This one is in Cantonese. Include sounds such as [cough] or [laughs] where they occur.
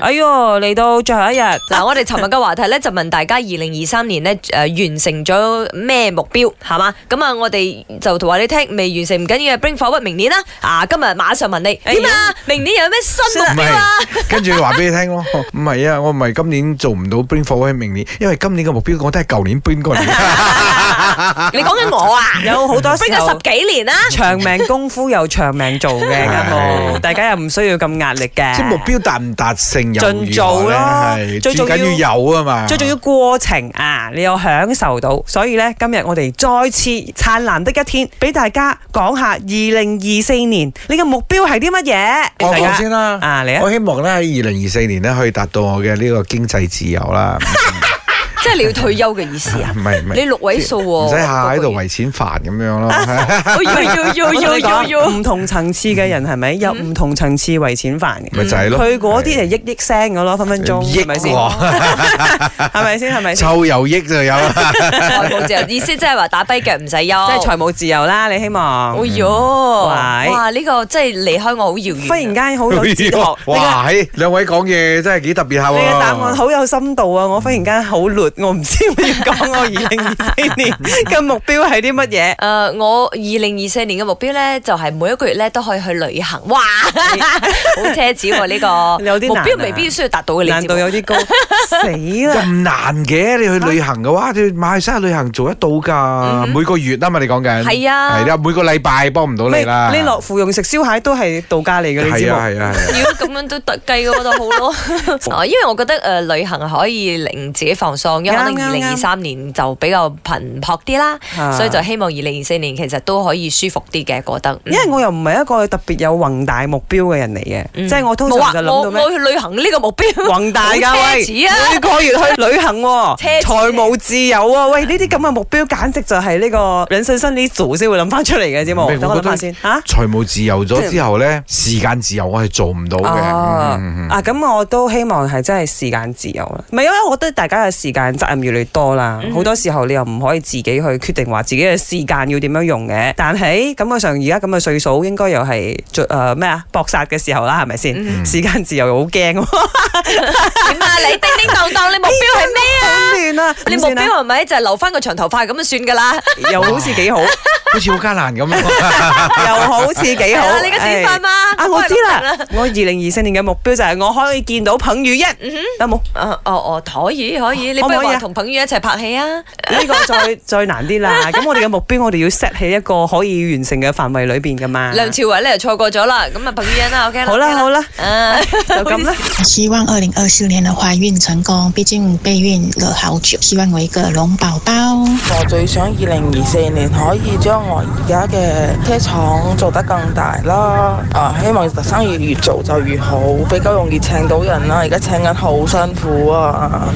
哎喲，嚟到最 [laughs] 後一日，嗱，我哋尋日嘅話題咧就問大家二零二三年咧誒、呃完成咗咩目標係嘛？咁啊，我哋就同話你聽，未完成唔緊要嘅，bring forward 明年啦。啊，今日馬上問你哎點啊？明年又有咩新目唔標啊？係，跟住話俾你 [laughs] 聽咯，哦唔係啊，我唔係今年做唔到 bring forward 明年，因為今年嘅目標我都係舊年 bring 過嚟。 [laughs] 你講緊我啊有好多時？bring 咗候十幾年啦、啊長命功夫有長命做嘅，啱冇？係大家又唔需要咁壓力嘅。即係目標達唔達成又盡如何做咯咧？係最最重要緊要有啊嘛。最重要過程啊，你有享受到，所以呢，今日我哋再次燦爛的一天，俾大家講下二零二四年你嘅目標係啲乜嘢？我大家講先啦，啊嚟啊我希望咧喺二零二四年咧可以達到我嘅呢個經濟自由 [laughs] 啦，即係你要退休嘅意思啊？唔係唔 [laughs] 你係，六位數喎，唔使下喺嗰度個月為錢煩咁樣咯。 [laughs] 我要哎要要要要要，嗯唔同層次嘅人係咪有唔同層次為錢煩嘅？嗯咪就係咯佢嗰啲係億億聲嘅咯，分分鐘 [laughs] 益係咪先？喎係咪先？係咪 [laughs] 先？臭又益就有啦。財務自由意思即係話打跛腳唔使憂，即即係財務自由啦，你希望？哎呦，喂哇！呢個真係離開我好遙遠啊。忽然間好有哲學，你嘅 [laughs] [laughs] 哇！嘿兩位講嘢真係幾特別下你喎。嘅答案好有深度啊！我忽然間好亂，我唔知我要講我二零二四 [laughs] 年嘅目標係啲乜嘢。誒、呃我二零二四年嘅目標咧，就係、每一個月咧都可以去旅行。 [laughs] 哇，好奢侈喎、呢、個有啲目難啊標未必需要達到嘅，你啊難知度冇有啲 [laughs] 高，死又啦！唔難嘅，你去旅行嘅啊話，你去馬來西亞旅行做得到㗎，嗯每個月啊嘛，你講緊係啊係啦，每個禮拜幫唔到你啦，你落芙蓉食燒蟹都係度假嚟嘅，你知係啊冇？係啊係啊，如果咁樣都得計嘅話，就 [laughs] 好咯。啊因為我覺得誒、旅行可以令自己放鬆，因為可啱能二啱零二三年就比較頻撲啲啦，啊所以就希望二零二四年其實都可以舒服啲嘅，覺得。嗯因為我又唔係一個特別有宏大目標嘅人嚟嘅，嗯即係我通冇常啊就，諗我到咩我去旅行呢個目 [laughs] 標，宏大㗎好奢喂，侈啊 [laughs] 每個月去旅行喎， [laughs] 奢侈財務自由啊，喂呢啲咁嘅目標簡直就係呢個人生生呢組先會諗翻出嚟嘅啫唔嘛，係等我我諗覺下得先啊嚇。財務自由咗之後咧，時間自由我係做唔到嘅。哦嗯嗯嗯啊，咁我都希望係真係時間自由啦，唔係因為我覺得大家嘅時間責任越嚟越多啦，嗯好、多時候你又唔可以自己去決定話自己嘅時間要點樣用嘅，但係感覺上而家咁嘅歲數應該又係最誒咩啊搏殺嘅時候啦，係咪先？嗯嗯時間自由又好驚 [laughs] 喎，好點啊？你叮叮當當，你目標係咩啊？亂啊！[laughs] 你點目算標啊係咪就係留翻個長頭髮咁就算㗎啦？又好似 [laughs] 幾好，又好似好艱難咁啊！好似幾係好啊，你嘅典範嘛哎啊，我知啦，我二零二四年嘅目標就係我可以見到彭宇欣，得冇？啊哦哦，可以可以，你可不唔可以啊如話同彭宇一齊拍戲啊？呢個再再難啲啦。咁我哋嘅目標，我哋要 set 喺一個可以完成嘅範圍裏邊噶嘛。梁朝偉咧就錯過咗啦，咁啊彭宇欣啦，OK 啦，好啦 OK 好啦，啊，就咁啦。希望二零二四年的怀孕成功，毕竟备孕了好久，希望有一个龙宝宝。我最想二零二四年可以將我而家嘅車廠做得更大啦，啊希望生意越做就越好，比較容易請到人啦，而家請人好辛苦啊。